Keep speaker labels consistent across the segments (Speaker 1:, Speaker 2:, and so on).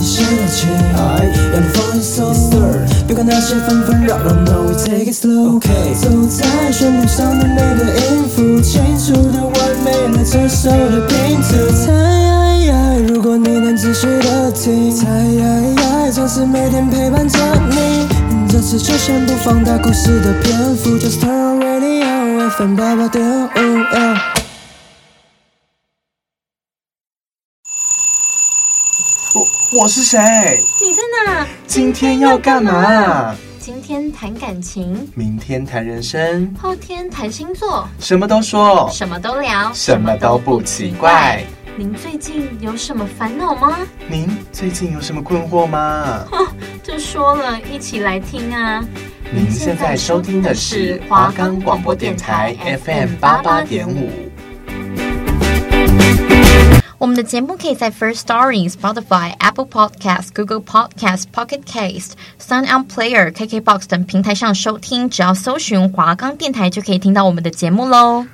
Speaker 1: 情。阳光 falling so slow，别管那些纷纷扰扰，No we take it slow。走在旋律上的每个音符，清楚的完美了这首的拼图。猜，如果你能仔细的听，猜，总是每天陪伴着你。这次就先不放大故事的篇幅，Just turn on radio FM 八八点五。yeah
Speaker 2: 我我是谁？
Speaker 3: 你在哪？
Speaker 2: 今天要干嘛？
Speaker 3: 今天谈感情，
Speaker 2: 明天谈人生，
Speaker 3: 后天谈星座，
Speaker 2: 什么都说，
Speaker 3: 什么都聊，
Speaker 2: 什么都不奇怪。
Speaker 3: 您最近有什么烦恼吗？
Speaker 2: 您最近有什么困惑吗？
Speaker 3: 这说了一起来听啊！
Speaker 2: 您现在收听的是华冈广播电台 FM 八八点五。
Speaker 3: 我们的节目可以在 First Story、Spotify、Apple Podcast、Google Podcast、Pocket Cast、Sound On Player、KKBox 等平台上收听，只要搜寻华冈电台就可以听到我们的节目喽。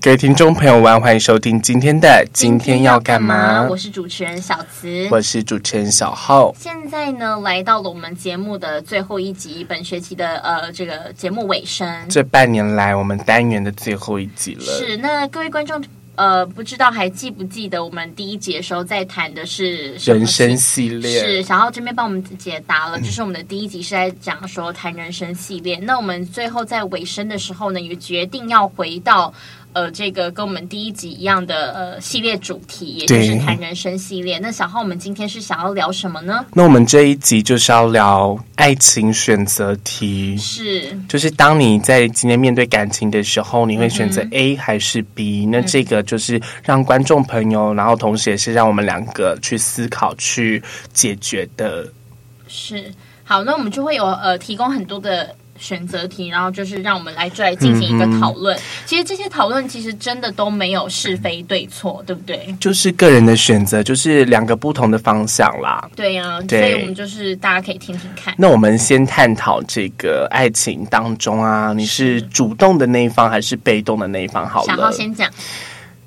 Speaker 2: 各位听众朋友们，欢迎收听今天的《今天要干嘛》
Speaker 3: 我是主持人小慈。
Speaker 2: 我是主持人小浩。
Speaker 3: 现在呢，来到了我们节目的最后一集，本学期的呃这个节目尾声。
Speaker 2: 这半年来，我们单元的最后一集了。
Speaker 3: 是，那各位观众，呃，不知道还记不记得我们第一节的时候在谈的是什么
Speaker 2: 人生系列
Speaker 3: 是，小浩这边帮我们解答
Speaker 2: 嗯
Speaker 3: 了，就是我们的第一集是在讲说谈人生系列。那我们最后在尾声的时候呢，也决定要回到呃这个跟我们第一集一样的呃系列主题，也就
Speaker 2: 对
Speaker 3: 是谈人生系列。那小浩，我们今天是想要聊什么呢？
Speaker 2: 那我们这一集就是要聊爱情选择题，
Speaker 3: 是
Speaker 2: 就是当你在今天面对感情的时候，你会选择 A 还是 B？、那嗯这个就是让观众朋友，然后同时也是让我们两个去思考、去解决的。
Speaker 3: 是，好，那我们就会有呃提供很多的。选择题，然后就是让我们来就来进行一
Speaker 2: 嗯
Speaker 3: 个讨论。其实这些讨论其实真的都没有是非对错，对不对？
Speaker 2: 就是个人的选择，就是两个不同的方向啦。
Speaker 3: 对呀、啊，所
Speaker 2: 对
Speaker 3: 以我们就是大家可以听听看。
Speaker 2: 那我们先探讨这个爱情当中啊，你是主动的那一方还是被动的那一方？好
Speaker 3: 小浩
Speaker 2: 了，
Speaker 3: 先讲，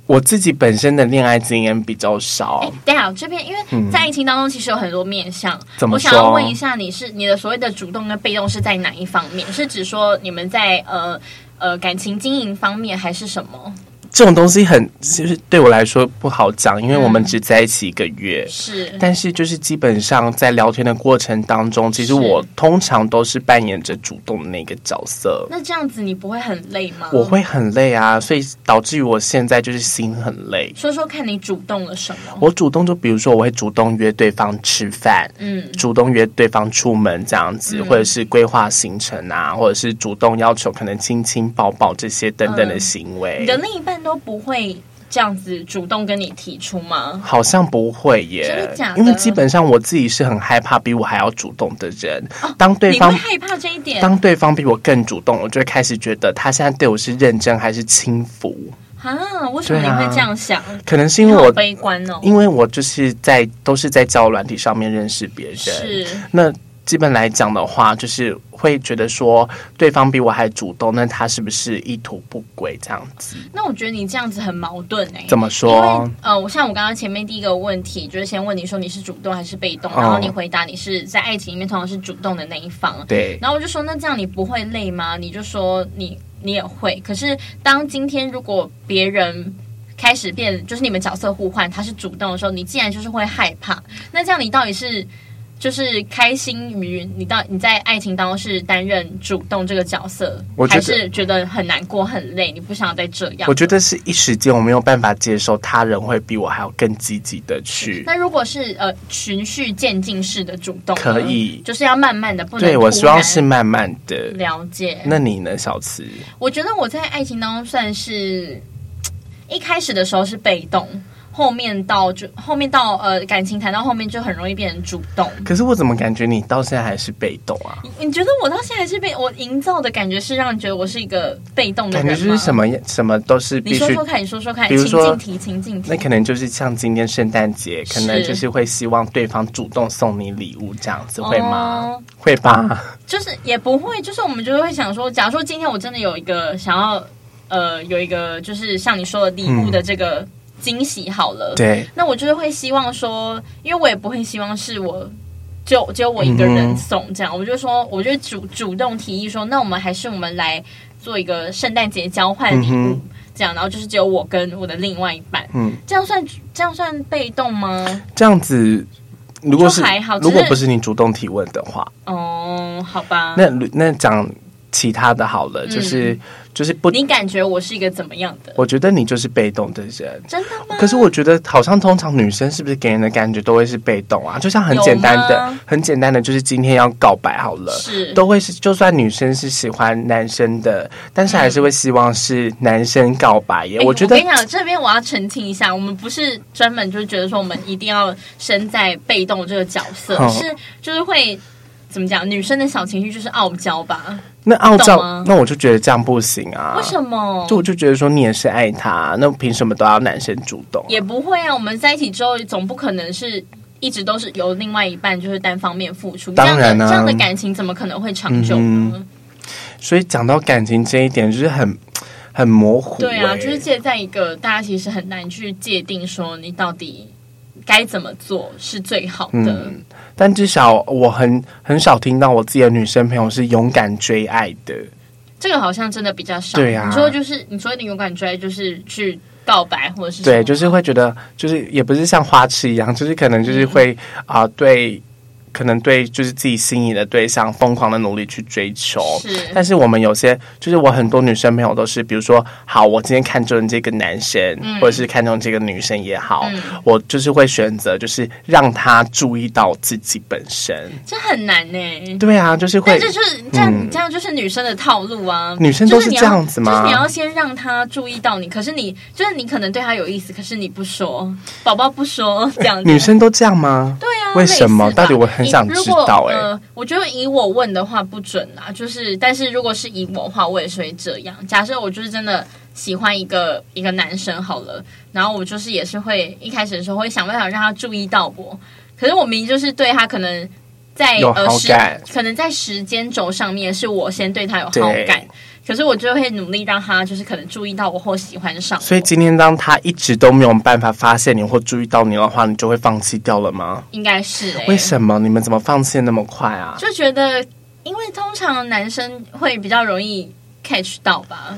Speaker 2: 我自己本身的恋爱经验比较少
Speaker 3: 哎，，对啊，这边因为在爱情当中其实有很多面向，
Speaker 2: 嗯怎么
Speaker 3: 我想要
Speaker 2: 说
Speaker 3: 问一下，你是你的所谓的主动跟被动是在哪一方面？是指说你们在呃呃感情经营方面，还是什么？
Speaker 2: 这种东西很就是对我来说不好讲，因为我们只在一起一个月。
Speaker 3: 是
Speaker 2: 但是就是基本上在聊天的过程当中，其实
Speaker 3: 是
Speaker 2: 我通常都是扮演着主动的那个角色，
Speaker 3: 那这样子你不会很累吗？
Speaker 2: 我会很累啊，所以导致于我现在就是心很累。
Speaker 3: 说说看你主动了什么？
Speaker 2: 我主动就比如说我会主动约对方吃饭，
Speaker 3: 嗯，
Speaker 2: 主动约对方出门这样子，
Speaker 3: 嗯
Speaker 2: 或者是规划行程啊，或者是主动要求可能亲亲抱抱这些等等的
Speaker 3: 嗯
Speaker 2: 行为。
Speaker 3: 你的另一半都不会这样子主动跟你提出吗？
Speaker 2: 好像不会
Speaker 3: 真
Speaker 2: 耶
Speaker 3: 的假，的
Speaker 2: 因为基本上我自己是很害怕比我还要主动的人。当对
Speaker 3: 哦你会
Speaker 2: 方
Speaker 3: 害怕这一点
Speaker 2: 当对方比我更主动，我就会开始觉得他现在对我是认真还是轻浮。
Speaker 3: 啊？为什么
Speaker 2: 对
Speaker 3: 你
Speaker 2: 啊
Speaker 3: 会这样想？
Speaker 2: 可能是
Speaker 3: 你
Speaker 2: 因为
Speaker 3: 好
Speaker 2: 我，
Speaker 3: 悲观哦。
Speaker 2: 因为我就是在都是在交友软体上面认识别人，
Speaker 3: 是
Speaker 2: 那基本来讲的话，就是会觉得说对方比我还主动，那他是不是意图不轨这样子？
Speaker 3: 那我觉得你这样子很矛盾哎、
Speaker 2: 怎么
Speaker 3: 嗯因
Speaker 2: 说
Speaker 3: 为？呃，我像我刚刚前面第一个问题，就是先问你说你是主动还是被动，
Speaker 2: 哦
Speaker 3: 然后你回答你是在爱情里面通常是主动的那一方。啊
Speaker 2: 对，
Speaker 3: 然后我就说那这样你不会累吗？你就说你你也会。可是当今天如果别人开始变，就是你们角色互换，他是主动的时候，你竟然就是会害怕。那这样你到底是？就是开心于你到你在爱情当中是担任主动这个角色，
Speaker 2: 我觉
Speaker 3: 还
Speaker 2: 得
Speaker 3: 是觉得很难过很累，你不想要再这样
Speaker 2: 我。觉得是一时间我没有办法接受他人会比我还要更积极的去。
Speaker 3: 那如果是呃循序渐进式的主动呢，
Speaker 2: 可以
Speaker 3: 就是要慢慢的，不能
Speaker 2: 对，我
Speaker 3: 突
Speaker 2: 希望
Speaker 3: 然
Speaker 2: 是慢慢的。
Speaker 3: 了解。
Speaker 2: 那你呢，小慈？
Speaker 3: 我觉得我在爱情当中算是一开始的时候是被动，后面到就后面到呃感情谈到后面就很容易变成主动。
Speaker 2: 可是我怎么感觉你到现在还是被动啊？
Speaker 3: 你你觉得我到现在还是被我营造的感觉是让你觉得我是一个被动的
Speaker 2: 感
Speaker 3: 人
Speaker 2: 觉
Speaker 3: 吗？
Speaker 2: 就是什么什么都是
Speaker 3: 你
Speaker 2: 必
Speaker 3: 说
Speaker 2: 须
Speaker 3: 说看，你说说看，
Speaker 2: 比如
Speaker 3: 情
Speaker 2: 说
Speaker 3: 境题，情境
Speaker 2: 那
Speaker 3: 题。
Speaker 2: 可能就是像今天圣诞节，可能
Speaker 3: 是
Speaker 2: 就是会希望对方主动送你礼物这样子，会吗？
Speaker 3: 哦
Speaker 2: 会吧？
Speaker 3: 就是也不会，就是我们就会想说，假如说
Speaker 2: 嗯
Speaker 3: 今天我真的有一个想要，呃，有一个就是像你说的礼物的这个惊喜好了。
Speaker 2: 对，
Speaker 3: 那我就是会希望说，因为我也不会希望是我只有只有我一个
Speaker 2: 嗯
Speaker 3: 人送这样，我就说，我就主主动提议说，那我们还是我们来做一个圣诞节交换礼物、
Speaker 2: 嗯哼
Speaker 3: 这样，然后就是只有我跟我的另外一半，
Speaker 2: 嗯，
Speaker 3: 这样算这样算被动吗？
Speaker 2: 这样子。如果是
Speaker 3: 就还好只是
Speaker 2: 如果不是你主动提问的话，
Speaker 3: 哦，好吧，
Speaker 2: 那那讲其他的好了，就是就是不，
Speaker 3: 嗯你感觉我是一个怎么样的？
Speaker 2: 我觉得你就是被动的人。
Speaker 3: 真的吗？
Speaker 2: 可是我觉得，好像通常女生是不是给人的感觉都会是被动啊？就像很简单
Speaker 3: 有
Speaker 2: 的
Speaker 3: 吗，
Speaker 2: 很简单的，就是今天要告白好了，
Speaker 3: 是
Speaker 2: 都会是，就算女生是喜欢男生的，但是还是会希望是男生告白耶。
Speaker 3: 哎
Speaker 2: 我觉得
Speaker 3: 跟你讲，这边我要澄清一下，我们不是专门就是觉得说我们一定要身在被动这个角色，
Speaker 2: 好
Speaker 3: 是就是会怎么讲，女生的小情绪就是傲娇吧？
Speaker 2: 那傲
Speaker 3: 懂
Speaker 2: 娇
Speaker 3: 吗，
Speaker 2: 那我就觉得这样不行啊。
Speaker 3: 为什么？
Speaker 2: 就我就觉得说你也是爱他，那凭什么都要男生主动啊？
Speaker 3: 也不会啊，我们在一起之后，总不可能是。一直都是由另外一半就是单方面付出，
Speaker 2: 当然啊嗯
Speaker 3: 这样的这样的感情怎么可能会长久呢？
Speaker 2: 所以讲到感情这一点，就是很很模糊、
Speaker 3: 对啊，
Speaker 2: 欸
Speaker 3: 就是介在一个大家其实很难去界定说你到底该怎么做是最好的。
Speaker 2: 嗯但至少我很很少听到我自己的女生朋友是勇敢追爱的，
Speaker 3: 这个好像真的比较少。
Speaker 2: 对啊
Speaker 3: 你说就是你说的勇敢追，就是去告白或者是什么
Speaker 2: 对，就是会觉得就是也不是像花痴一样，就是可能
Speaker 3: 嗯
Speaker 2: 就是会啊、对，可能对就是自己心仪的对象疯狂的努力去追求。
Speaker 3: 是
Speaker 2: 但是我们有些，就是我很多女生朋友都是，比如说，好，我今天看中这个男生，
Speaker 3: 嗯
Speaker 2: 或者是看中这个女生也好，
Speaker 3: 嗯
Speaker 2: 我就是会选择，就是让他注意到自己本身。
Speaker 3: 这很难呢、
Speaker 2: 对啊，就是会
Speaker 3: 嗯但这就是这样，
Speaker 2: 嗯
Speaker 3: 这样就是女生的套路啊。
Speaker 2: 女生都是
Speaker 3: 就是你要
Speaker 2: 这样子吗
Speaker 3: 就是你要先让他注意到你，可是你就是你可能对他有意思，可是你不说，宝宝不说这样子。
Speaker 2: 女生都这样吗？
Speaker 3: 对啊，
Speaker 2: 为什么
Speaker 3: 类似吧
Speaker 2: 到底我很想知道欸
Speaker 3: 以如果呃，我觉得以我问的话不准啦，就是但是如果是以我的话，我也是会这样。假设我就是真的喜欢一个一个男生好了，然后我就是也是会一开始的时候会想办法让他注意到我，可是我明明就是对他可能。在
Speaker 2: 有
Speaker 3: 呃
Speaker 2: 好
Speaker 3: 时
Speaker 2: 感，
Speaker 3: 可能在时间轴上面是我先对他有好感
Speaker 2: 对，
Speaker 3: 可是我就会努力让他就是可能注意到我或喜欢上我。
Speaker 2: 所以今天当他一直都没有办法发现你或注意到你的话，你就会放弃掉了吗？
Speaker 3: 应该是、欸、
Speaker 2: 为什么？你们怎么放弃得那么快啊？
Speaker 3: 就觉得，因为通常男生会比较容易 catch 到吧。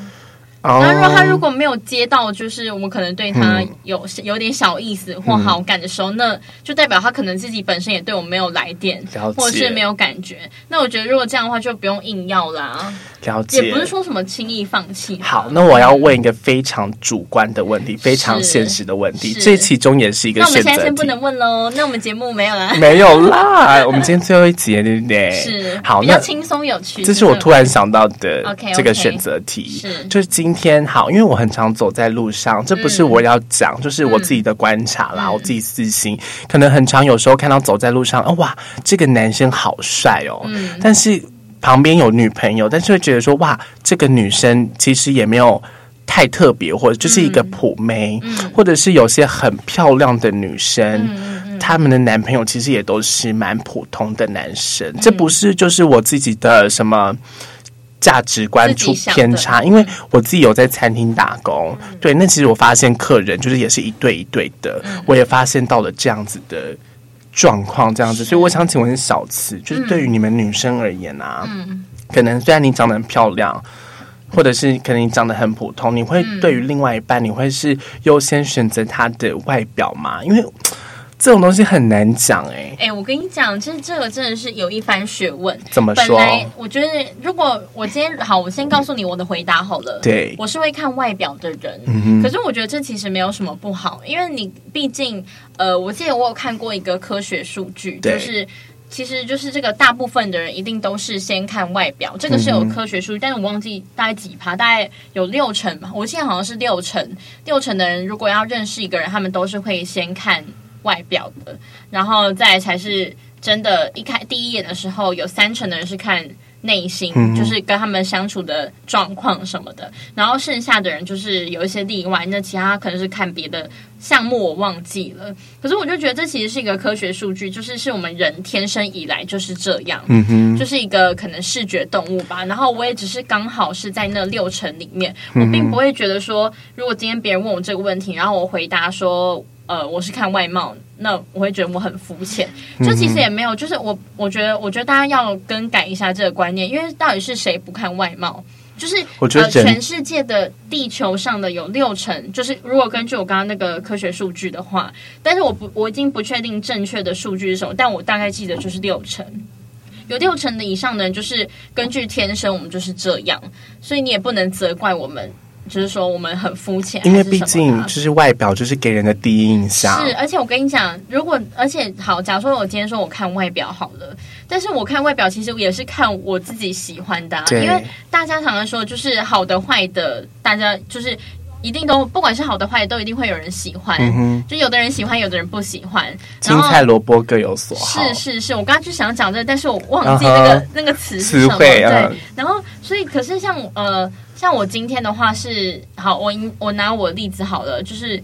Speaker 2: 哦
Speaker 3: 然后如果他如果没有接到，就是我们可能对他
Speaker 2: 嗯
Speaker 3: 有、有点小意思或好感的时候，那就代表他可能自己本身也对我没有来电
Speaker 2: 了解，
Speaker 3: 或者是没有感觉。那我觉得如果这样的话，就不用硬要啦，
Speaker 2: 了
Speaker 3: 也
Speaker 2: 解
Speaker 3: 不，是说什么轻易放弃。
Speaker 2: 好，那我要问一个非常主观的问题，非常现实的问题，
Speaker 3: 是
Speaker 2: 这其中也是一个
Speaker 3: 那我
Speaker 2: 选
Speaker 3: 们现在
Speaker 2: 择
Speaker 3: 先不
Speaker 2: 题。
Speaker 3: 能问喽，那我们节目没有啦，
Speaker 2: 没有啦，我们今天最后一集了，对不对？
Speaker 3: 是
Speaker 2: 好，
Speaker 3: 比
Speaker 2: 那
Speaker 3: 较轻松有趣。
Speaker 2: 这是我突然想到的
Speaker 3: OK，OK
Speaker 2: 这个选择题
Speaker 3: 是
Speaker 2: 就是今天好，因为我很常走在路上，这不是我要讲，就是我自己的观察啦，
Speaker 3: 嗯
Speaker 2: 我自己私心，可能很常有时候看到走在路上，啊、哇，这个男生好帅哦，
Speaker 3: 嗯
Speaker 2: 但是旁边有女朋友，但是会觉得说哇，这个女生其实也没有。太特别，或者就是一
Speaker 3: 嗯
Speaker 2: 个普妹，或者是有些很漂亮的女生，
Speaker 3: 嗯
Speaker 2: 他们的男朋友其实也都是蛮普通的男生，
Speaker 3: 嗯
Speaker 2: 这不是就是我自己的什么。价值观出偏差，因为我自己有在餐厅打工，对，那其实我发现客人就是也是一对一对的，我也发现到了这样子的状况，这样子，所以我想请问小慈，就是对于你们女生而言啊，可能虽然你长得很漂亮，或者是可能你长得很普通，你会对于另外一半，你会是优先选择他的外表吗？因为嘖这种东西很难讲哎、
Speaker 3: 哎、我跟你讲，这这个真的是有一番学问。
Speaker 2: 怎么
Speaker 3: 本
Speaker 2: 说？
Speaker 3: 来我觉得，如果我今天好，我先告诉你我的回答好了。
Speaker 2: 对嗯
Speaker 3: 我是会看外表的人，
Speaker 2: 哼
Speaker 3: 可是我觉得这其实没有什么不好，因为你毕竟，呃，我记得我有看过一个科学数据，
Speaker 2: 对
Speaker 3: 就是。其实就是这个，大部分的人一定都是先看外表，这个是
Speaker 2: 嗯
Speaker 3: 有科学数据，但是我忘记大概几趴，大概有六成吧，我记得好像是六成，六成的人如果要认识一个人，他们都是会先看外表的，然后再来才是真的，一开第一眼的时候，有三成的人是看内心，就是跟他们相处的状况什么的。然后剩下的人就是有一些例外，那其他可能是看别的项目，我忘记了。可是我就觉得这其实是一个科学数据，就是是我们人天生以来就是这样，
Speaker 2: 嗯哼，
Speaker 3: 就是一个可能视觉动物吧。然后我也只是刚好是在那六成里面，我并不会觉得说，如果今天别人问我这个问题，然后我回答说，呃，我是看外貌，那我会觉得我很肤浅。
Speaker 2: 嗯
Speaker 3: 就其实也没有，就是我我觉得，我觉得大家要更改一下这个观念，因为到底是谁不看外貌？就是
Speaker 2: 我觉得
Speaker 3: 呃、
Speaker 2: 人
Speaker 3: 全世界的地球上的有六成，就是如果根据我刚刚那个科学数据的话，但是我不我已经不确定正确的数据是什么，但我大概记得就是六成。有六成的以上的人，就是根据天生我们就是这样，所以你也不能责怪我们，就是说我们很肤浅，
Speaker 2: 因为
Speaker 3: 还是
Speaker 2: 毕
Speaker 3: 什么
Speaker 2: 竟啊
Speaker 3: 的
Speaker 2: 就是外表就是给人的第一印象，
Speaker 3: 是，而且我跟你讲，如果而且好，假如说我今天说我看外表好了，但是我看外表其实也是看我自己喜欢的、啊，
Speaker 2: 对
Speaker 3: 因为大家常常说就是好的坏的，大家就是一定都不管是好的坏的，都一定会有人喜欢，
Speaker 2: 嗯哼，
Speaker 3: 就有的人喜欢，有的人不喜欢，然
Speaker 2: 青
Speaker 3: 后。
Speaker 2: 菜萝卜各有所好，
Speaker 3: 是是是，我刚刚就想讲这个，但是我忘记那个、
Speaker 2: 嗯哼
Speaker 3: 那个词是
Speaker 2: 词
Speaker 3: 什么。
Speaker 2: 汇
Speaker 3: 对，
Speaker 2: 嗯
Speaker 3: 然后所以可是像呃，像我今天的话是好，我因我拿我例子好了，就是。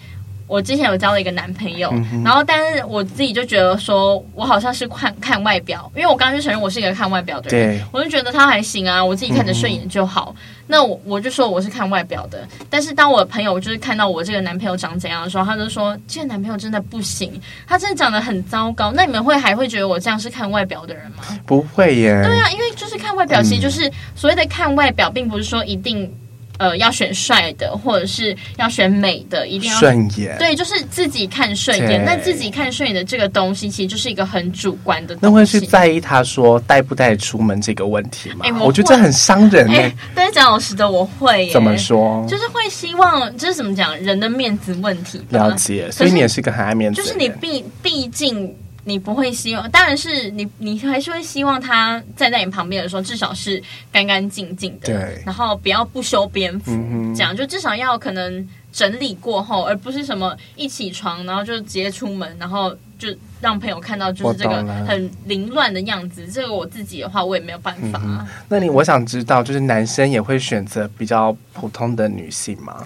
Speaker 3: 我之前有交了一个男朋友，然后但是我自己就觉得说，我好像是看看外表，因为我刚刚就承认我是一个看外表的人，
Speaker 2: 对
Speaker 3: 我就觉得他还行啊，我自己看着顺眼就好。那我我就说我是看外表的，但是当我的朋友就是看到我这个男朋友长怎样的时候，他就说这个男朋友真的不行，他真的长得很糟糕。那你们会还会觉得我这样是看外表的人吗？
Speaker 2: 不会耶，
Speaker 3: 对啊，因为就是看外表，其实就是所谓的看外表，并不是说一定呃要选帅的，或者是要选美的，一定要
Speaker 2: 顺眼，
Speaker 3: 对，就是自己看顺眼。
Speaker 2: 对
Speaker 3: 那自己看顺眼的这个东西，其实就是一个很主观的东西。
Speaker 2: 那会去在意他说带不带出门这个问题吗？
Speaker 3: 哎我
Speaker 2: 我觉得这很伤 人呢、
Speaker 3: 哎，但是讲老实的，我会耶
Speaker 2: 怎么说？
Speaker 3: 就是会希望，就是怎么讲，人的面子问题吧。
Speaker 2: 了解，所以
Speaker 3: 嗯可是
Speaker 2: 你也是个很爱面子
Speaker 3: 就是
Speaker 2: 的
Speaker 3: 你
Speaker 2: 人。
Speaker 3: 毕毕竟你不会希望，当然是你你还是会希望他站在你旁边的时候，至少是干干净净的，
Speaker 2: 对
Speaker 3: 然后不要不修边幅，
Speaker 2: 嗯哼
Speaker 3: 这样就至少要可能整理过后，而不是什么一起床然后就直接出门，然后就让朋友看到就
Speaker 2: 我
Speaker 3: 是这个
Speaker 2: 懂了
Speaker 3: 很凌乱的样子。这个我自己的话，我也没有办法啊、
Speaker 2: 那你我想知道，就是男生也会选择比较普通的女性吗？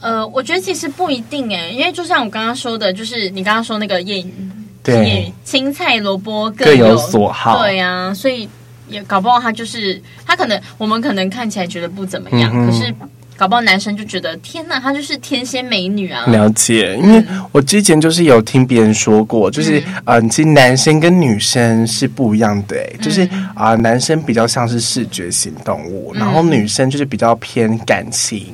Speaker 3: 呃，我觉得其实不一定哎，因为就像我刚刚说的，就是你刚刚说那个谚语，
Speaker 2: 对
Speaker 3: 谚语青菜萝卜
Speaker 2: 各有
Speaker 3: 有
Speaker 2: 所好
Speaker 3: 对啊，所以也搞不好他就是他可能我们可能看起来觉得不怎么样，
Speaker 2: 嗯哼
Speaker 3: 可是搞不好男生就觉得天呐，她就是天仙美女啊，
Speaker 2: 了解，因为我之前就是有听别人说过，就是嗯、呃其实男生跟女生是不一样的、欸，就是
Speaker 3: 嗯
Speaker 2: 啊、呃男生比较像是视觉型动物，然后女生就是比较偏感情、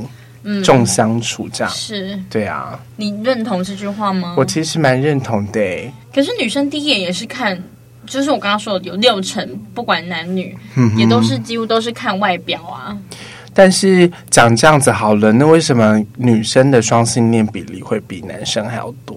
Speaker 3: 嗯，
Speaker 2: 重相处这样。
Speaker 3: 是
Speaker 2: 对啊，
Speaker 3: 你认同这句话吗？
Speaker 2: 我其实蛮认同的、欸。
Speaker 3: 可是女生第一眼也是看，就是我刚刚说的有六成，不管男女，也都是几乎都是看外表啊。
Speaker 2: 嗯但是讲这样子好了，那为什么女生的双性恋比例会比男生还要多？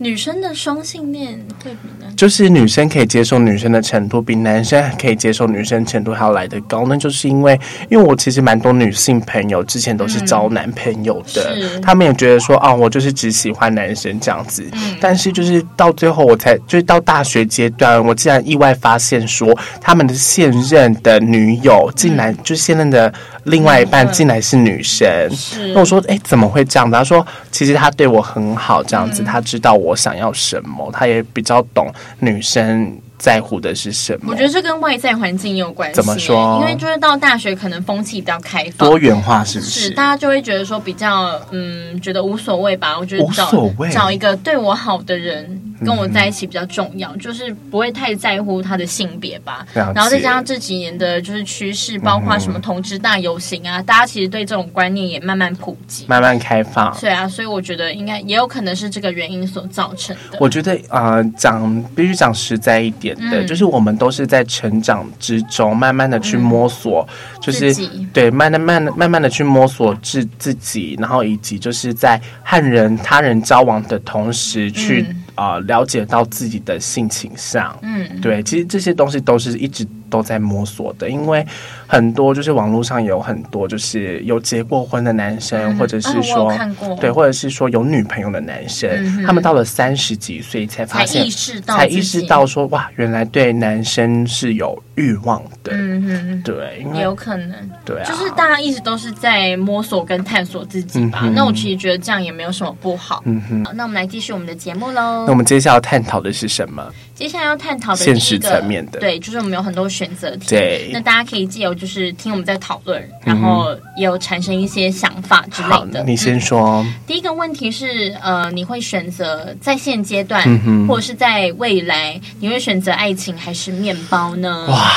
Speaker 3: 女生的双性恋会比男
Speaker 2: 就是女生可以接受女生的程度，比男生可以接受女生程度还要来得高。那就是因为，因为我其实蛮多女性朋友之前都是交男朋友的，
Speaker 3: 是
Speaker 2: 她们也觉得说，哦，我就是只喜欢男生这样子。
Speaker 3: 嗯
Speaker 2: 但是就是到最后，我才就是到大学阶段，我竟然意外发现说，他们的现任的女友竟然、就是现任的另外一半
Speaker 3: 嗯
Speaker 2: 竟然是女生。
Speaker 3: 是
Speaker 2: 那我说，哎、怎么会这样子？他
Speaker 3: 嗯
Speaker 2: 说，其实他对我很好，这样子，他知道我想要什么，他也比较懂女生在乎的是什么
Speaker 3: 我觉。得这跟外在环境也有关系。
Speaker 2: 怎么说
Speaker 3: 因为就是到大学，可能风气比较开放，
Speaker 2: 多元化是不
Speaker 3: 是
Speaker 2: 是？
Speaker 3: 大家就会觉得说比较嗯，觉得无所谓吧。我觉得
Speaker 2: 无
Speaker 3: 找
Speaker 2: 所谓
Speaker 3: 找一个对我好的人跟我在一起比较重要，就是不会太在乎他的性别吧。
Speaker 2: 嗯了解嗯
Speaker 3: 然后再加上这几年的就是趋势，包括什么同志大游行啊，大家其实对这种观念也慢慢普及。
Speaker 2: 慢慢开放。
Speaker 3: 对啊，所以我觉得应该也有可能是这个原因所造成的。
Speaker 2: 我觉得呃，讲必须讲实在一点的，
Speaker 3: 嗯
Speaker 2: 就是我们都是在成长之中，慢慢的去摸索，就
Speaker 3: 嗯自
Speaker 2: 是
Speaker 3: 己
Speaker 2: 对，慢慢慢慢慢的去摸索自自己，然后以及就是在和人他人交往的同时去，啊呃了解到自己的性倾向。
Speaker 3: 嗯，
Speaker 2: 对，其实这些东西都是一直都在摸索的，因为很多就是网络上有很多就是有结过婚的男生，或者是
Speaker 3: 哦
Speaker 2: 说、
Speaker 3: 我有看过
Speaker 2: 对，或者是说有女朋友的男生，
Speaker 3: 嗯
Speaker 2: 他们到了三十几岁才发现，
Speaker 3: 才意识到
Speaker 2: 才
Speaker 3: 自
Speaker 2: 意识
Speaker 3: 己
Speaker 2: 到说哇，原来对男生是有欲望的，
Speaker 3: 嗯哼哼。
Speaker 2: 对，因
Speaker 3: 也
Speaker 2: 为
Speaker 3: 有可能，
Speaker 2: 对啊
Speaker 3: 就是大家一直都是在摸索跟探索自己吧。
Speaker 2: 嗯哼
Speaker 3: 那我其实觉得这样也没有什么不好。
Speaker 2: 嗯哼。
Speaker 3: 好那我们来继续我们的节目喽。
Speaker 2: 那我们接下来要探讨的是什么？
Speaker 3: 接下来要探讨的
Speaker 2: 现实
Speaker 3: 第一个
Speaker 2: 层面的
Speaker 3: 对，就是我们有很多选择题，
Speaker 2: 对
Speaker 3: 那大家可以借由就是听我们在讨论，然后也有产生一些想法之
Speaker 2: 好，
Speaker 3: 类的。嗯
Speaker 2: 你先说。
Speaker 3: 第一个问题是，呃，你会选择在现阶段，
Speaker 2: 嗯哼
Speaker 3: 或者是在未来，你会选择爱情还是面包呢？
Speaker 2: 哇，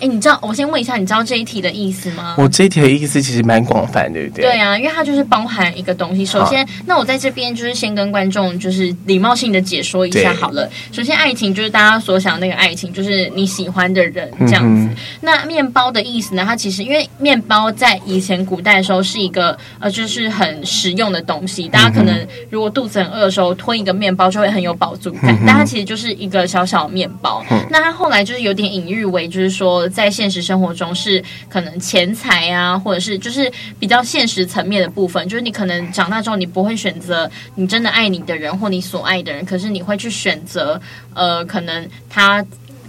Speaker 3: 哎，你知道，我先问一下，你知道这一题的意思吗？
Speaker 2: 我这一题的意思其实蛮广泛，对不对？
Speaker 3: 对啊，因为它就是包含一个东西。首先，那我在这边就是先跟观众就是礼貌性的解说一下
Speaker 2: 对
Speaker 3: 好了。首先，爱情就是大家所想的那个爱情，就是你喜欢的人这样子。
Speaker 2: 嗯
Speaker 3: 那面包的意思呢？它其实因为面包在以前古代的时候是一个呃，就是很实用的东西。大家可能如果肚子很饿的时候吞一个面包就会很有饱足感，但它其实就是一个小小的面包。那它后来就是有点隐喻为，就是说在现实生活中是可能钱财啊，或者是就是比较现实层面的部分，就是你可能长大之后你不会选择你真的爱你的人或你所爱的人，可是你会去选择呃，可能他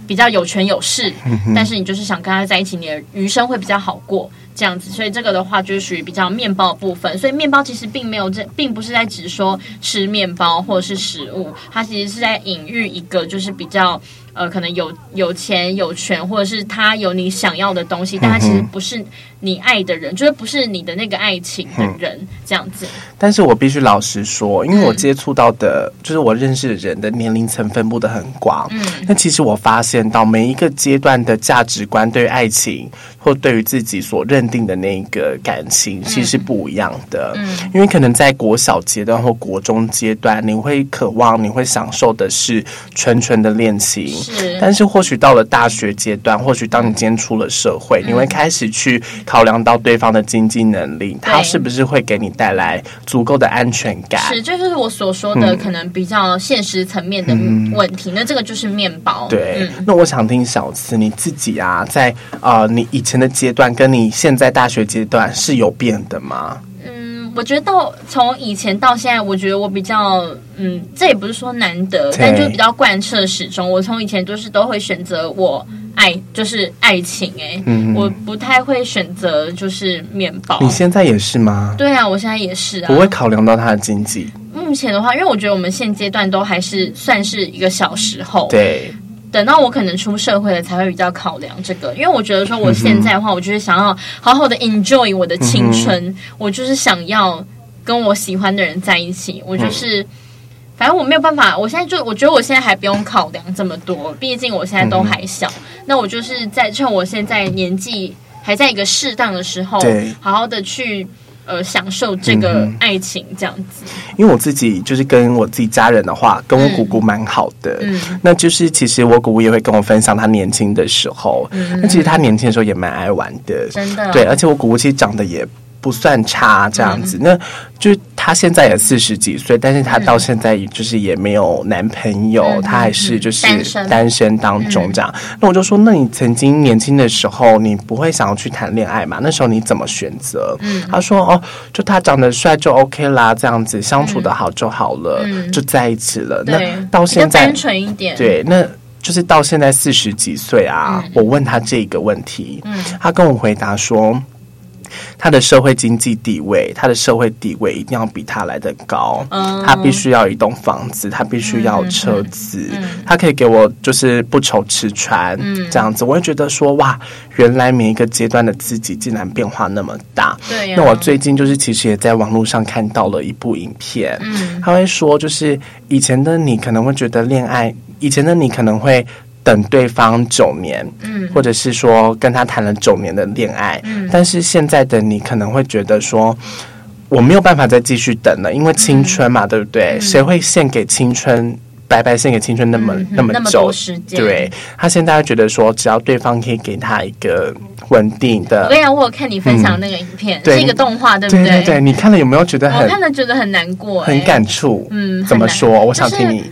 Speaker 3: 比较有权有势，但是你就是想跟他在一起，你的余生会比较好过。这样子，所以这个的话就是属于比较面包的部分。所以面包其实并没有这，并不是在只说吃面包或者是食物，它其实是在隐喻一个就是比较呃，可能有有钱有权，或者是他有你想要的东西，但他其实不是你爱的人，就是不是你的那个爱情的人，这样子。
Speaker 2: 但是我必须老实说，因为我接触到的，就是我认识的人的年龄层分布的很广。嗯，那其实我发现到每一个阶段的价值观对于爱情或对于自己所认定的那个感情，其实是不一样的。嗯，因为可能在国小阶段或国中阶段，你会渴望、你会享受的是纯纯的恋情，
Speaker 3: 是
Speaker 2: 但是或许到了大学阶段，或许当你今天出了社
Speaker 3: 嗯
Speaker 2: 会，你会开始去考量到对方的经济能力，他
Speaker 3: 对
Speaker 2: 是不是会给你带来足够的安全感？
Speaker 3: 是，这就是我所说的可能比较现实层面的问题。那这个就是面包，
Speaker 2: 对
Speaker 3: 嗯，
Speaker 2: 那我想听小慈你自己啊，在呃你以前的阶段跟你现在大学阶段是有变的吗？
Speaker 3: 嗯，我觉得到从以前到现在，我觉得我比较，嗯，这也不是说难得，
Speaker 2: 对
Speaker 3: 但就是比较贯彻始终。我从以前就是都会选择我爱，就是爱情、欸，哎、
Speaker 2: 嗯
Speaker 3: 我不太会选择就是面包。
Speaker 2: 你现在也是吗？
Speaker 3: 哦对啊，我现在也是啊。
Speaker 2: 不会考量到他的经济，
Speaker 3: 目前的话，因为我觉得我们现阶段都还是算是一个小时候，
Speaker 2: 对，
Speaker 3: 等到我可能出社会了才会比较考量这个，因为我觉得说我现在的
Speaker 2: 嗯
Speaker 3: 话，我就是想要好好的 enjoy 我的青春，我就是想要跟我喜欢的人在一起，我
Speaker 2: 嗯
Speaker 3: 就是。反正我没有办法，我现在就我觉得我现在还不用考量这么多，毕竟我现在
Speaker 2: 嗯
Speaker 3: 都还小。那我就是在趁我现在年纪还在一个适当的时候
Speaker 2: 对，嗯
Speaker 3: 好好的去呃享受这个爱情这样子。
Speaker 2: 因为我自己就是跟我自己家人的话，跟我姑姑蛮好的，
Speaker 3: 嗯
Speaker 2: 那就是其实我姑姑也会跟我分享她年轻的时候，那其实她年轻的时候也蛮爱玩的，
Speaker 3: 嗯真的
Speaker 2: 对，而且我姑姑其实长得也。不算差这样
Speaker 3: 嗯
Speaker 2: 子，那就是她现在也四十几岁，但是她到现在也就是也没有男朋
Speaker 3: 嗯
Speaker 2: 友，她还是就是
Speaker 3: 单身嗯
Speaker 2: 单身当中这样。那我就说，那你曾经年轻的时候，你不会想要去谈恋爱嘛？那时候你怎么选择？
Speaker 3: 嗯
Speaker 2: 她说哦，就他长得帅就 OK 啦，这样子相处的好就好了，就在一起了。那
Speaker 3: 嗯对，
Speaker 2: 到
Speaker 3: 比较
Speaker 2: 现在
Speaker 3: 单纯一点，
Speaker 2: 对，那就是到现在四十几岁啊，我问他这个问题，他跟我回答说。他的社会经济地位，他的社会地位一定要比他来的高。
Speaker 3: 嗯
Speaker 2: 他必须要一栋房子，他必须要车子，他可以给我就是不愁吃穿，这样子，我会觉得说哇，原来每一个阶段的自己竟然变化那么大。
Speaker 3: 对呀
Speaker 2: 那我最近就是其实也在网络上看到了一部影片，
Speaker 3: 嗯
Speaker 2: 他会说，就是以前的你可能会觉得恋爱，以前的你可能会等对方九年，嗯，或者是说跟他谈了九年的恋爱，嗯，但是现在的你可能会觉得说。我没有办法再继续等了，因为
Speaker 3: 嗯
Speaker 2: 青春嘛，对不对？谁会献给青春，白白献给青春那么、
Speaker 3: 嗯
Speaker 2: 那么
Speaker 3: 那么
Speaker 2: 久？
Speaker 3: 多时间
Speaker 2: 对他现在觉得说，只要对方可以给他一个稳定
Speaker 3: 我
Speaker 2: 的
Speaker 3: 跟，你讲，我有看你分享那个影片，
Speaker 2: 嗯对
Speaker 3: 是一个动画，对不哦
Speaker 2: 对
Speaker 3: 对
Speaker 2: 对对，你看了有没有觉得
Speaker 3: 我
Speaker 2: 很
Speaker 3: 看了觉得很难过、哎
Speaker 2: 很感触？
Speaker 3: 嗯很
Speaker 2: 怎么
Speaker 3: 难
Speaker 2: 说？我
Speaker 3: 就
Speaker 2: 想
Speaker 3: 是嗯
Speaker 2: 听你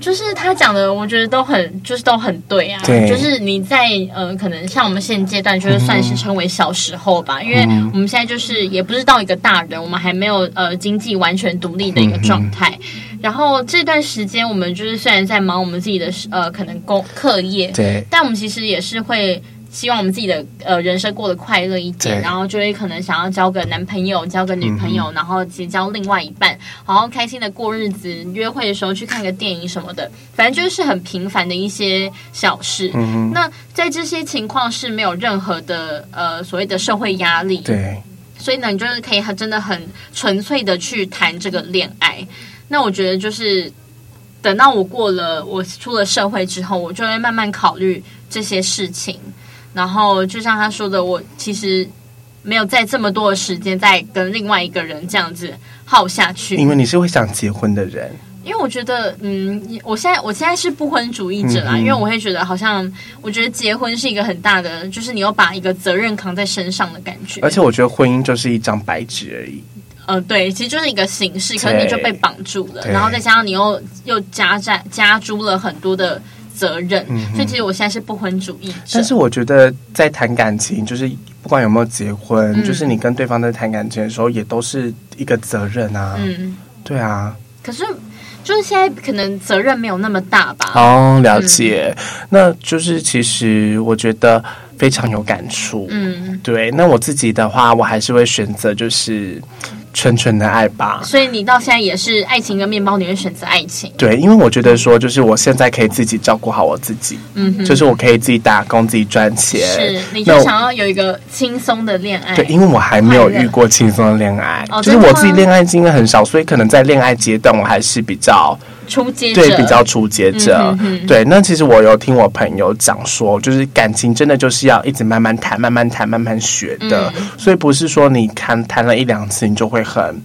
Speaker 3: 就是他讲的，我觉得都很，就是都很对啊。
Speaker 2: 对
Speaker 3: 就是你在呃，可能像我们现阶段，就是算是称为小时候
Speaker 2: 嗯
Speaker 3: 吧，因为我们现在就是也不是到一个大人，我们还没有呃经济完全独立的一个状态。
Speaker 2: 嗯
Speaker 3: 然后这段时间，我们就是虽然在忙我们自己的事呃，可能工课业，
Speaker 2: 对
Speaker 3: 但我们其实也是会希望我们自己的呃人生过得快乐一点，
Speaker 2: 对嗯
Speaker 3: 然后就会可能想要交个男朋友、交个女朋友，然后结交另外一半，然后开心的过日子，约会的时候去看个电影什么的，反正就是很平凡的一些小事。
Speaker 2: 嗯
Speaker 3: 那在这些情况是没有任何的呃所谓的社会压力，
Speaker 2: 对，
Speaker 3: 所以呢，你就是可以很真的很纯粹的去谈这个恋爱。那我觉得就是等到我过了，我出了社会之后，我就会慢慢考虑这些事情。然后就像他说的，我其实没有在这么多的时间再跟另外一个人这样子耗下去，
Speaker 2: 因为你是会想结婚的人，
Speaker 3: 因为我觉得，嗯，我现在我现在是不婚主义者啦，因为我会觉得好像，我觉得结婚是一个很大的，就是你要把一个责任扛在身上的感觉，
Speaker 2: 而且我觉得婚姻就是一张白纸而已。
Speaker 3: 嗯，对，其实就是一个形式，可是
Speaker 2: 对
Speaker 3: 你就被绑住了，
Speaker 2: 对
Speaker 3: 然后再加上你又又加在加诸了很多的责任，所以其实我现在是不婚主义者
Speaker 2: 嗯但。是我觉得在谈感情，就是不管有没有结婚，
Speaker 3: 嗯
Speaker 2: 就是你跟对方在谈感情的时候，也都是一个责任啊。
Speaker 3: 嗯，
Speaker 2: 对啊，
Speaker 3: 可是就是现在可能责任没有那么大吧。
Speaker 2: 哦，了解。
Speaker 3: 嗯
Speaker 2: 那就是其实我觉得非常有感触。
Speaker 3: 嗯，
Speaker 2: 对，那我自己的话，我还是会选择就是纯纯的爱吧。
Speaker 3: 所以你到现在也是爱情跟面包，你会选择爱情。
Speaker 2: 对，因为我觉得说，就是我现在可以自己照顾好我自己，
Speaker 3: 嗯哼，
Speaker 2: 就是我可以自己打工、自己赚钱。
Speaker 3: 是，你
Speaker 2: 那
Speaker 3: 就
Speaker 2: 我
Speaker 3: 想要有一个轻松的恋爱。
Speaker 2: 对，因为我还没有遇过轻松的恋爱，
Speaker 3: 哦
Speaker 2: 就是
Speaker 3: 真的
Speaker 2: 我
Speaker 3: 吗
Speaker 2: 自己恋爱经验很少，所以可能在恋爱阶段我还是比较
Speaker 3: 初阶
Speaker 2: 对
Speaker 3: 者
Speaker 2: 比较初阶者。
Speaker 3: 嗯哼哼
Speaker 2: 对，那其实我有听我朋友讲说，就是感情真的就是要一直慢慢谈、慢慢谈、慢慢学的，
Speaker 3: 嗯
Speaker 2: 所以不是说你谈谈了一两次你就会很。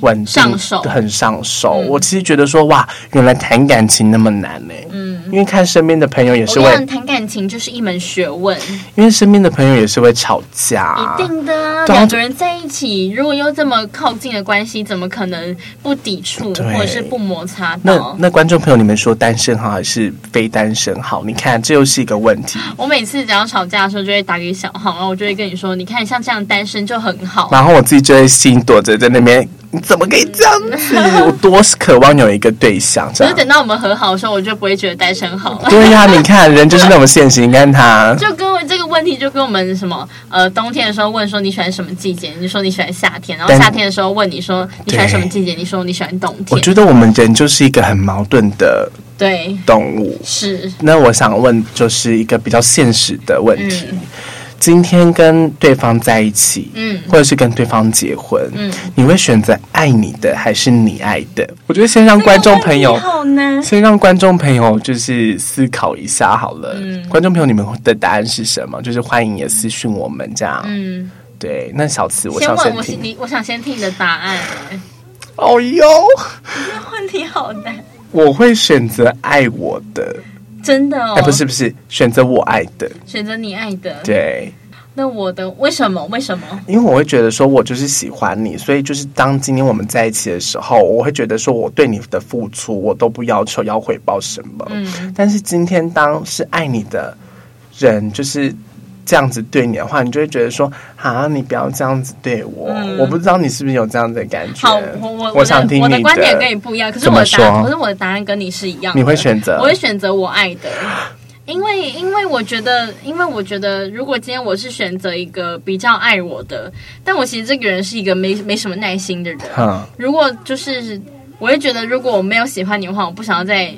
Speaker 2: 稳定
Speaker 3: 上手嗯
Speaker 2: 很上手。我其实觉得说，哇，原来谈感情那么难呢、嗯，因为看身边的朋友也
Speaker 3: 我
Speaker 2: 是
Speaker 3: 跟
Speaker 2: 会
Speaker 3: 你，讲，谈感情就是一门学问，
Speaker 2: 因为身边的朋友也是会吵架，
Speaker 3: 一定的啊。
Speaker 2: 对啊
Speaker 3: 两个人在一起，如果又这么靠近的关系，怎么可能不抵触
Speaker 2: 对
Speaker 3: 或者是不摩擦
Speaker 2: 那
Speaker 3: 到？
Speaker 2: 那观众朋友，你们说单身好还是非单身好？你看，这又是一个问题。
Speaker 3: 我每次只要吵架的时候，就会打给小浩，然后我就会跟你说：“你看，像这样单身就很好。
Speaker 2: 然后我自己就会心躲着在那边，你怎么可以这样子？我多渴望有一个对象，”这
Speaker 3: 可
Speaker 2: 样。
Speaker 3: 是等到我们和好的时候，我就不会觉得单身好了。
Speaker 2: 对呀、你看人就是那么现实。你看他，
Speaker 3: 就跟我这个问题，就跟我们什么呃，冬天的时候问说你喜欢什么季节，你就说你喜欢夏天，然后
Speaker 2: 但
Speaker 3: 夏天的时候问你说你喜欢
Speaker 2: 对
Speaker 3: 什么季节，你说你喜欢冬
Speaker 2: 我
Speaker 3: 天。
Speaker 2: 觉得我们人就是一个很矛盾的
Speaker 3: 对，
Speaker 2: 动物。
Speaker 3: 是
Speaker 2: 那我想问，就是一个比较现实的问题。今天跟对方在一起，
Speaker 3: 嗯
Speaker 2: 或者是跟对方结婚，
Speaker 3: 嗯
Speaker 2: 你会选择爱你的还是你爱的？我觉得先让观众朋友
Speaker 3: 这个问题好难。
Speaker 2: 先让观众朋友就是思考一下好了。
Speaker 3: 嗯
Speaker 2: 观众朋友，你们的答案是什么？就是欢迎也私讯我们这样。
Speaker 3: 嗯，
Speaker 2: 对，那小慈，我
Speaker 3: 先
Speaker 2: 想
Speaker 3: 问我是
Speaker 2: 听。
Speaker 3: 你，我想先听你的答案。哎
Speaker 2: 哦哟，
Speaker 3: 这个问题好难，
Speaker 2: 我会选择爱我的，
Speaker 3: 真的哦。
Speaker 2: 哎、不是不是，选择我爱的。
Speaker 3: 选择你爱的，
Speaker 2: 对，
Speaker 3: 那我的为什么？为什么？
Speaker 2: 因为我会觉得说，我就是喜欢你，所以就是当今天我们在一起的时候，我会觉得说，我对你的付出，我都不要求要回报什么。
Speaker 3: 嗯
Speaker 2: 但是今天当是爱你的人，就是。这样子对你的话，你就会觉得说啊，你不要这样子对我。
Speaker 3: 嗯
Speaker 2: 我不知道你是不是有这样子的感觉。
Speaker 3: 好，我我
Speaker 2: 我想
Speaker 3: 的
Speaker 2: 听
Speaker 3: 我
Speaker 2: 你
Speaker 3: 的观点跟你不一样，可是
Speaker 2: 怎么
Speaker 3: 我的答案，
Speaker 2: 说
Speaker 3: 可是我的答案跟你是一样的。
Speaker 2: 你会选择
Speaker 3: 我会选择我爱的，因为因为我觉得，因为我觉得，如果今天我是选择一个比较爱我的，但我其实这个人是一个没没什么耐心的人。
Speaker 2: 哈，
Speaker 3: 如果就是，我会觉得，如果我没有喜欢你的话，我不想要再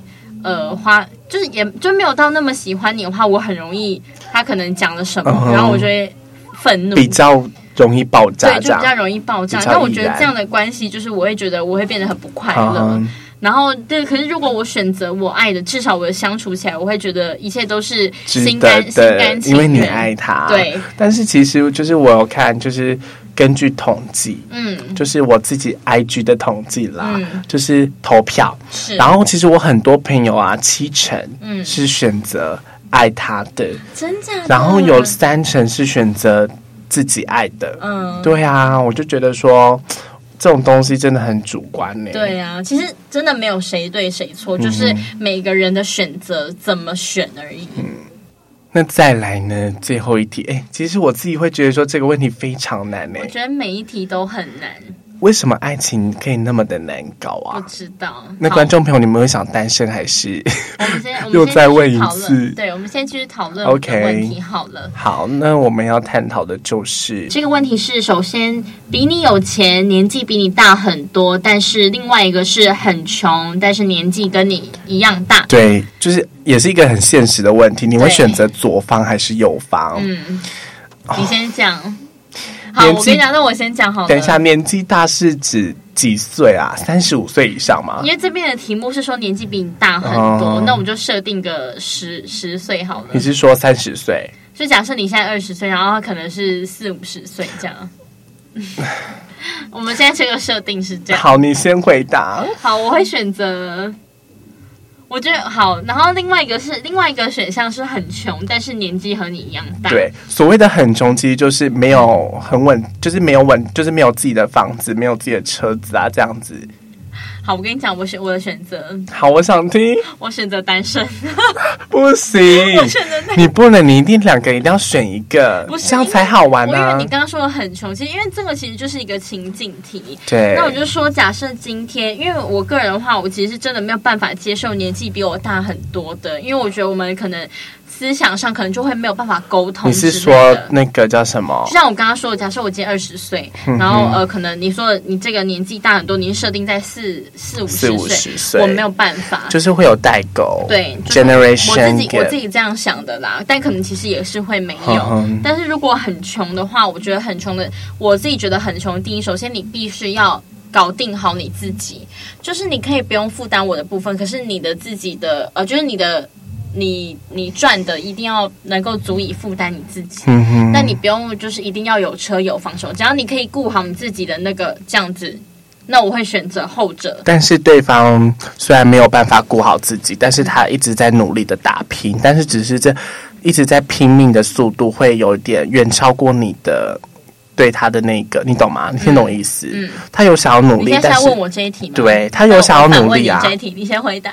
Speaker 3: 呃花，就是也就没有到那么喜欢你的话，我很容易他可能讲了什么，
Speaker 2: 嗯哼
Speaker 3: 然后我就会愤怒，
Speaker 2: 比较容易爆炸
Speaker 3: 嗯
Speaker 2: 这
Speaker 3: 对，就
Speaker 2: 样
Speaker 3: 比。较容易爆炸
Speaker 2: 比。较
Speaker 3: 但我
Speaker 2: 易
Speaker 3: 觉得
Speaker 2: 燃
Speaker 3: 这样的关系，就是我会觉得我会变得很不快乐。
Speaker 2: 嗯
Speaker 3: 然后，对，可是如果我选择我爱的，至少我相处起来，我会觉得一切都是
Speaker 2: 值
Speaker 3: 心
Speaker 2: 得
Speaker 3: 甘心
Speaker 2: 的
Speaker 3: 甘，情
Speaker 2: 因为你
Speaker 3: 愿
Speaker 2: 爱他。
Speaker 3: 对，
Speaker 2: 但是其实就是我有看，就是根据统计，
Speaker 3: 嗯，
Speaker 2: 就是我自己 IG 的统计啦，
Speaker 3: 嗯
Speaker 2: 就是投票。
Speaker 3: 是。
Speaker 2: 然后其实我很多朋友啊，七成
Speaker 3: 嗯
Speaker 2: 是选择爱他的，
Speaker 3: 真假的？
Speaker 2: 然后有三成是选择自己爱的。
Speaker 3: 嗯，
Speaker 2: 对啊，我就觉得说。这种东西真的很主观呢、
Speaker 3: 对啊，其实真的没有谁对谁
Speaker 2: 嗯
Speaker 3: 错，就是每个人的选择怎么选而已。
Speaker 2: 嗯那再来呢？最后一题，哎、其实我自己会觉得说这个问题非常难呢、
Speaker 3: 我觉得每一题都很难，
Speaker 2: 为什么爱情可以那么的难搞
Speaker 3: 不
Speaker 2: 啊？
Speaker 3: 知道。
Speaker 2: 那
Speaker 3: 好
Speaker 2: 观，众朋友，你们会想单身还是？
Speaker 3: 我们先我们
Speaker 2: 又
Speaker 3: 先
Speaker 2: 再
Speaker 3: 继续
Speaker 2: 问一
Speaker 3: 讨论
Speaker 2: 次
Speaker 3: 对，我们先继续讨论
Speaker 2: OK
Speaker 3: 这个问题好了。
Speaker 2: 好，那我们要探讨的就是
Speaker 3: 这个问题是，首先比你有钱，年纪比你大很多，但是另外一个是很穷，但是年纪跟你一样大。
Speaker 2: 对，就是也是一个很现实的问题，你会
Speaker 3: 对
Speaker 2: 选择左方还是右方？
Speaker 3: 嗯，你先讲。好，
Speaker 2: 年纪
Speaker 3: 我跟你讲，那我先讲好了。
Speaker 2: 哦等一下，，年纪大是指几岁啊？三十五岁以上吗
Speaker 3: 因？为这边的题目是说年纪比你大很多，
Speaker 2: 啊哦
Speaker 3: 那我们就设定个十十岁好了
Speaker 2: 你。是说三十岁？
Speaker 3: 就假设你现在二十岁，然后他可能是四五十岁这样。 我们现在这个设定是这样。
Speaker 2: 好，你先回答。
Speaker 3: 好，我会选择。我觉得好，然后另外一个是另外一个选项是很穷，但是年纪和你一样大。
Speaker 2: 对，所谓的很穷，其实就是没有很稳，就是没有稳，就是没有自己的房子，没有自己的车子啊，这样子。
Speaker 3: 好，我跟你讲，我选我的选择，
Speaker 2: 好，我想 听，
Speaker 3: 我选择单身，
Speaker 2: 不行，
Speaker 3: 我选择单身。
Speaker 2: 你不能，你一定两个一定要选一个
Speaker 3: 不，是
Speaker 2: 这样才好玩
Speaker 3: 我以为
Speaker 2: 啊
Speaker 3: 你。刚刚说的很穷，其实因为这个其实就是一个情境题。
Speaker 2: 对
Speaker 3: 那，我就说，假设今天，因为我个人的话，我其实是真的没有办法接受年纪比我大很多的，因为我觉得我们可能思想上可能就会没有办法沟通
Speaker 2: 你
Speaker 3: 之类的。
Speaker 2: 是说嗯那个叫什么
Speaker 3: 就？像我刚刚说的，假设我今年二十岁，然后呃，可能你说的你这个年纪大很多，你是设定在四四五
Speaker 2: 四五
Speaker 3: 十
Speaker 2: 十岁
Speaker 3: 我没有办法。
Speaker 2: 就是会有代沟，
Speaker 3: 对就是我自
Speaker 2: ，generation
Speaker 3: 己我自
Speaker 2: gap。嗯
Speaker 3: 己这样想的啦，但可能其实也是会没有。
Speaker 2: 哼哼
Speaker 3: 但是如果很穷的话，我觉得很穷的，我自己觉得很穷。第一，首先你必须要搞定好你自己，就是你可以不用负担我的部分，可是你的自己的呃，就是你的你你赚的一定要能够足以负担你自己。
Speaker 2: 嗯哼，
Speaker 3: 那你不用就是一定要有车有房什么，只要你可以顾好你自己的那个这样子，那我会选择后者。
Speaker 2: 但是对方虽然没有办法顾好自己，但是他一直在努力的打拼，但是只是这一直在拼命的速度会有点远超过你的对他的那个，你懂吗？你听懂我意思？
Speaker 3: 嗯
Speaker 2: 他有想要努
Speaker 3: 你
Speaker 2: 力
Speaker 3: 现，在
Speaker 2: 但
Speaker 3: 是
Speaker 2: 是
Speaker 3: 在问我这一题吗？哦
Speaker 2: 对他有想要
Speaker 3: 那我
Speaker 2: 努力啊
Speaker 3: 反问你这一题，你先回答。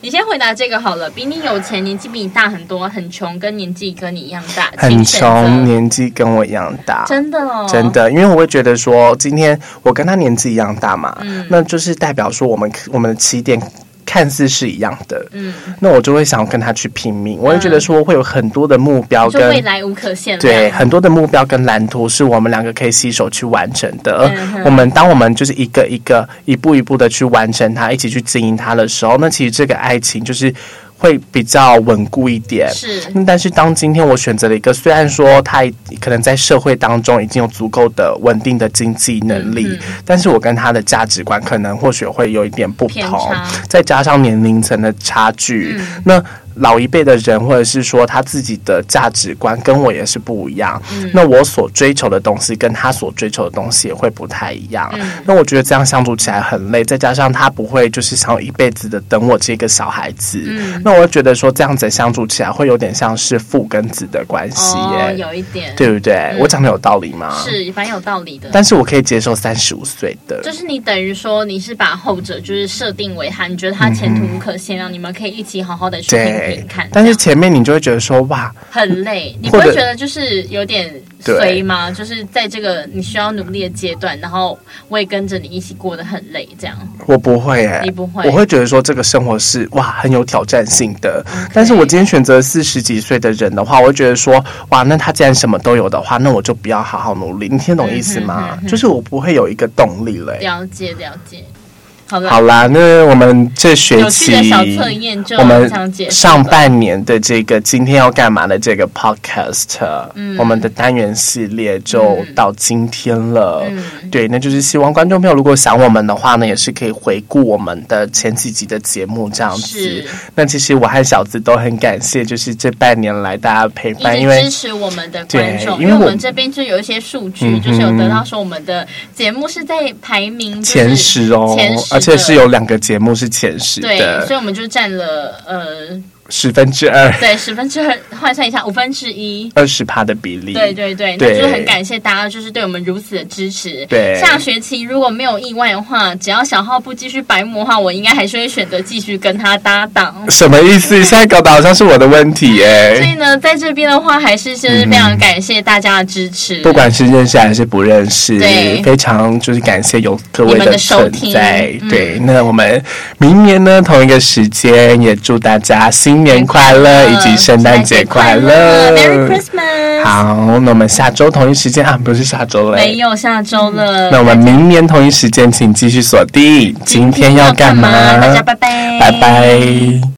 Speaker 3: 你先回答这个好了，比你有钱，年纪比你大很多，很穷，跟年纪跟你一样大，
Speaker 2: 很
Speaker 3: 请选择
Speaker 2: 穷，年纪跟我一样大，
Speaker 3: 真的哦，
Speaker 2: 真。的，因为我会觉得说，今天我跟他年纪一样大嘛，
Speaker 3: 嗯
Speaker 2: 那就是代表说我们我们的起点看似是一样的，
Speaker 3: 嗯，
Speaker 2: 那我就会想跟他去拼命，我会觉得说会有很多的目标
Speaker 3: 就
Speaker 2: 跟
Speaker 3: 未来无可限量。
Speaker 2: 对，很多的目标跟蓝图是我们两个可以携手去完成的。而
Speaker 3: 嗯哼
Speaker 2: 我们当我们就是一个一个、一步一步的去完成它，一起去经营它的时候，那其实这个爱情就是会比较稳固一点。
Speaker 3: 是
Speaker 2: 嗯但是当今天我选择了一个，虽然说他可能在社会当中已经有足够的稳定的经济能力，
Speaker 3: 嗯
Speaker 2: 但是我跟他的价值观可能或许会有一点不
Speaker 3: 偏
Speaker 2: 同
Speaker 3: 差，
Speaker 2: 再加上年龄层的差距，
Speaker 3: 嗯
Speaker 2: 那老一辈的人或者是说他自己的价值观跟我也是不一样，
Speaker 3: 嗯
Speaker 2: 那我所追求的东西跟他所追求的东西也会不太一样。
Speaker 3: 嗯
Speaker 2: 那我觉得这样相处起来很累，再加上他不会就是想要一辈子的等我这个小孩子，
Speaker 3: 嗯
Speaker 2: 那我会觉得说这样子相处起来会有点像是父跟子的关系
Speaker 3: 哦，
Speaker 2: 耶，
Speaker 3: 有一点
Speaker 2: 对不对？我讲的有道理吗？。
Speaker 3: 是蛮有道理的。
Speaker 2: 但是我可以接受三十五岁的，
Speaker 3: 就是你等于说你是把后者就是设定为他，你觉得他前途无可限量，你们可以一起好好的去拼
Speaker 2: 嗯对
Speaker 3: 拼看。，
Speaker 2: 但是
Speaker 3: 这样
Speaker 2: 前面你就会觉得说哇，
Speaker 3: 很累，你不
Speaker 2: 或
Speaker 3: 会
Speaker 2: 者
Speaker 3: 觉得就是有点
Speaker 2: 对
Speaker 3: 衰吗？就是在这个你需要努力的阶段，然后我也跟着你一起过得很累，这样
Speaker 2: 我不会哎、
Speaker 3: 你不会
Speaker 2: 我会觉得说这个生活是哇很有挑战性的。但是我今天选择四十几岁的人的话，我会觉得说哇，那他既然什么都有的话，那我就不要好好努力。你听懂意思
Speaker 3: 嗯
Speaker 2: 吗？就是我不会有一个动力了欸、
Speaker 3: 了解了解。好了，
Speaker 2: 好啦，那我们这学
Speaker 3: 有趣
Speaker 2: 期
Speaker 3: 的小测验就
Speaker 2: 我们
Speaker 3: 这样结束
Speaker 2: 上
Speaker 3: 了
Speaker 2: 半年的这个今天要干嘛的这个 podcast，、我
Speaker 3: 嗯
Speaker 2: 们的单元系列就到今天了。
Speaker 3: 嗯
Speaker 2: 对，那就是希望观众朋友如果想我们的话呢，也是可以回顾我们的前几集的节目这样子
Speaker 3: 是。
Speaker 2: 那其实我和小子都很感谢，就是这半年来大家陪
Speaker 3: 一
Speaker 2: 伴，因
Speaker 3: 直
Speaker 2: 为
Speaker 3: 支持我们的观
Speaker 2: 对
Speaker 3: 众，
Speaker 2: 因
Speaker 3: 因
Speaker 2: 为
Speaker 3: 为
Speaker 2: 我嗯
Speaker 3: 我们这边就有一些数据，就是有得到说我们的节目是在排名、就是
Speaker 2: 前十哦，
Speaker 3: 前十的
Speaker 2: 而且是有两个节目是前十
Speaker 3: 对，
Speaker 2: 的
Speaker 3: 所以。我们就占了呃
Speaker 2: 十分之二
Speaker 3: 对，十分之二换算一下，五分之一。
Speaker 2: 二十趴的比例。
Speaker 3: 对对对，那
Speaker 2: 对
Speaker 3: 就是很感谢大家，就是对我们如此的支持。
Speaker 2: 对
Speaker 3: 下学期如果没有意外的话，只要小浩不继续白目的话，我应该还是会选择继续跟他搭档。
Speaker 2: 什么意思？现在搞得好像是我的问题耶、
Speaker 3: 所以呢，在这边的话，还是就是非常感谢大家的支持。
Speaker 2: 不管是认识还是不认识
Speaker 3: 对，
Speaker 2: 非常就是感谢有各位
Speaker 3: 你们的收
Speaker 2: 存
Speaker 3: 听
Speaker 2: 在。
Speaker 3: 嗯
Speaker 2: 对，那我们明年呢同一个时间，也祝大家新年快
Speaker 3: 呃
Speaker 2: 乐以及圣诞节快乐。
Speaker 3: ，Merry Christmas！，
Speaker 2: 好，那我们下周同一时间啊，不是下周
Speaker 3: 没
Speaker 2: 嘞。
Speaker 3: 有下周了。
Speaker 2: 那我们明年同一时间，请继续锁定。今天要干嘛？
Speaker 3: 大家拜拜，
Speaker 2: 拜拜